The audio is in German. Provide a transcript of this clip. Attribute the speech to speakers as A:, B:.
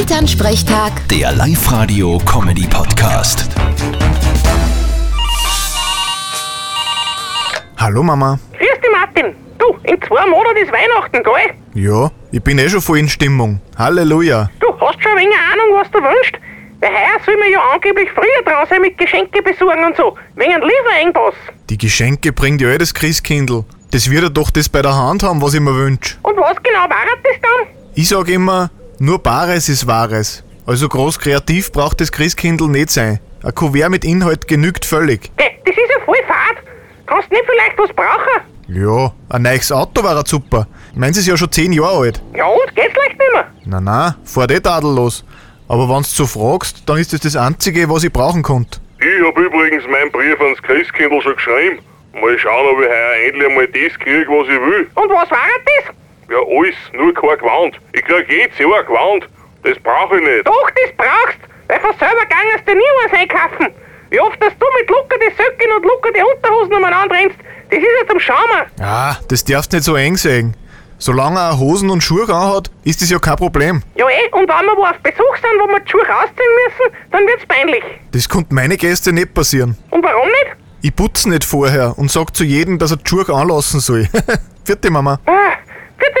A: Elternsprechtag,
B: Der Live-Radio-Comedy-Podcast.
C: Hallo Mama.
D: Grüß dich, Martin. Du, in zwei Monaten ist Weihnachten, gell?
C: Ja, ich bin eh schon voll in Stimmung. Halleluja.
D: Du hast schon ein wenig Ahnung, was du wünschst. Weil heuer soll man ja angeblich früher dran sein mit Geschenke besorgen und so. Wegen einem Lieferengpass.
C: Die Geschenke bringt ja eh das Christkindl. Das wird er doch das bei der Hand haben, was ich mir wünsch.
D: Und was genau war das dann?
C: Ich sag immer, nur Bares ist Wahres. Also groß kreativ braucht das Christkindl nicht sein. Ein Kuvert mit Inhalt genügt völlig.
D: Geh, das ist ja voll fad. Kannst nicht vielleicht was brauchen?
C: Ja, ein neues Auto war super. Meins ist ja schon 10 Jahre alt.
D: Ja, und geht's leicht nicht mehr.
C: Na na, fährt eh tadellos. Aber wenn's so fragst, dann ist das das einzige, was ich brauchen konnte.
E: Ich hab übrigens meinen Brief ans Christkindl schon geschrieben. Mal schauen, ob ich heuer endlich mal das krieg, was ich will.
D: Und was war das?
E: Ja, alles, nur kein Gewand. Ich krieg jedes Jahr ein Gewand. Das brauche ich nicht.
D: Doch, das brauchst. Weil von selber gang hast du nie was einkaufen. Wie oft, dass du mit Luca die Söcken und Luca die Unterhosen umeinander rennst, das ist ja zum Schaumer.
C: Ah, das darfst nicht so eng sehen. Solange er Hosen und Schuhe anhat, ist das ja kein Problem.
D: Ja eh, und wenn wir wo auf Besuch sind, wo wir die Schuhe rausziehen müssen, dann wird's peinlich.
C: Das konnte meine Gäste nicht passieren.
D: Und warum nicht?
C: Ich putze nicht vorher und sag zu jedem, dass er die Schuhe anlassen soll. Vierte Mama.
D: Ah, bitte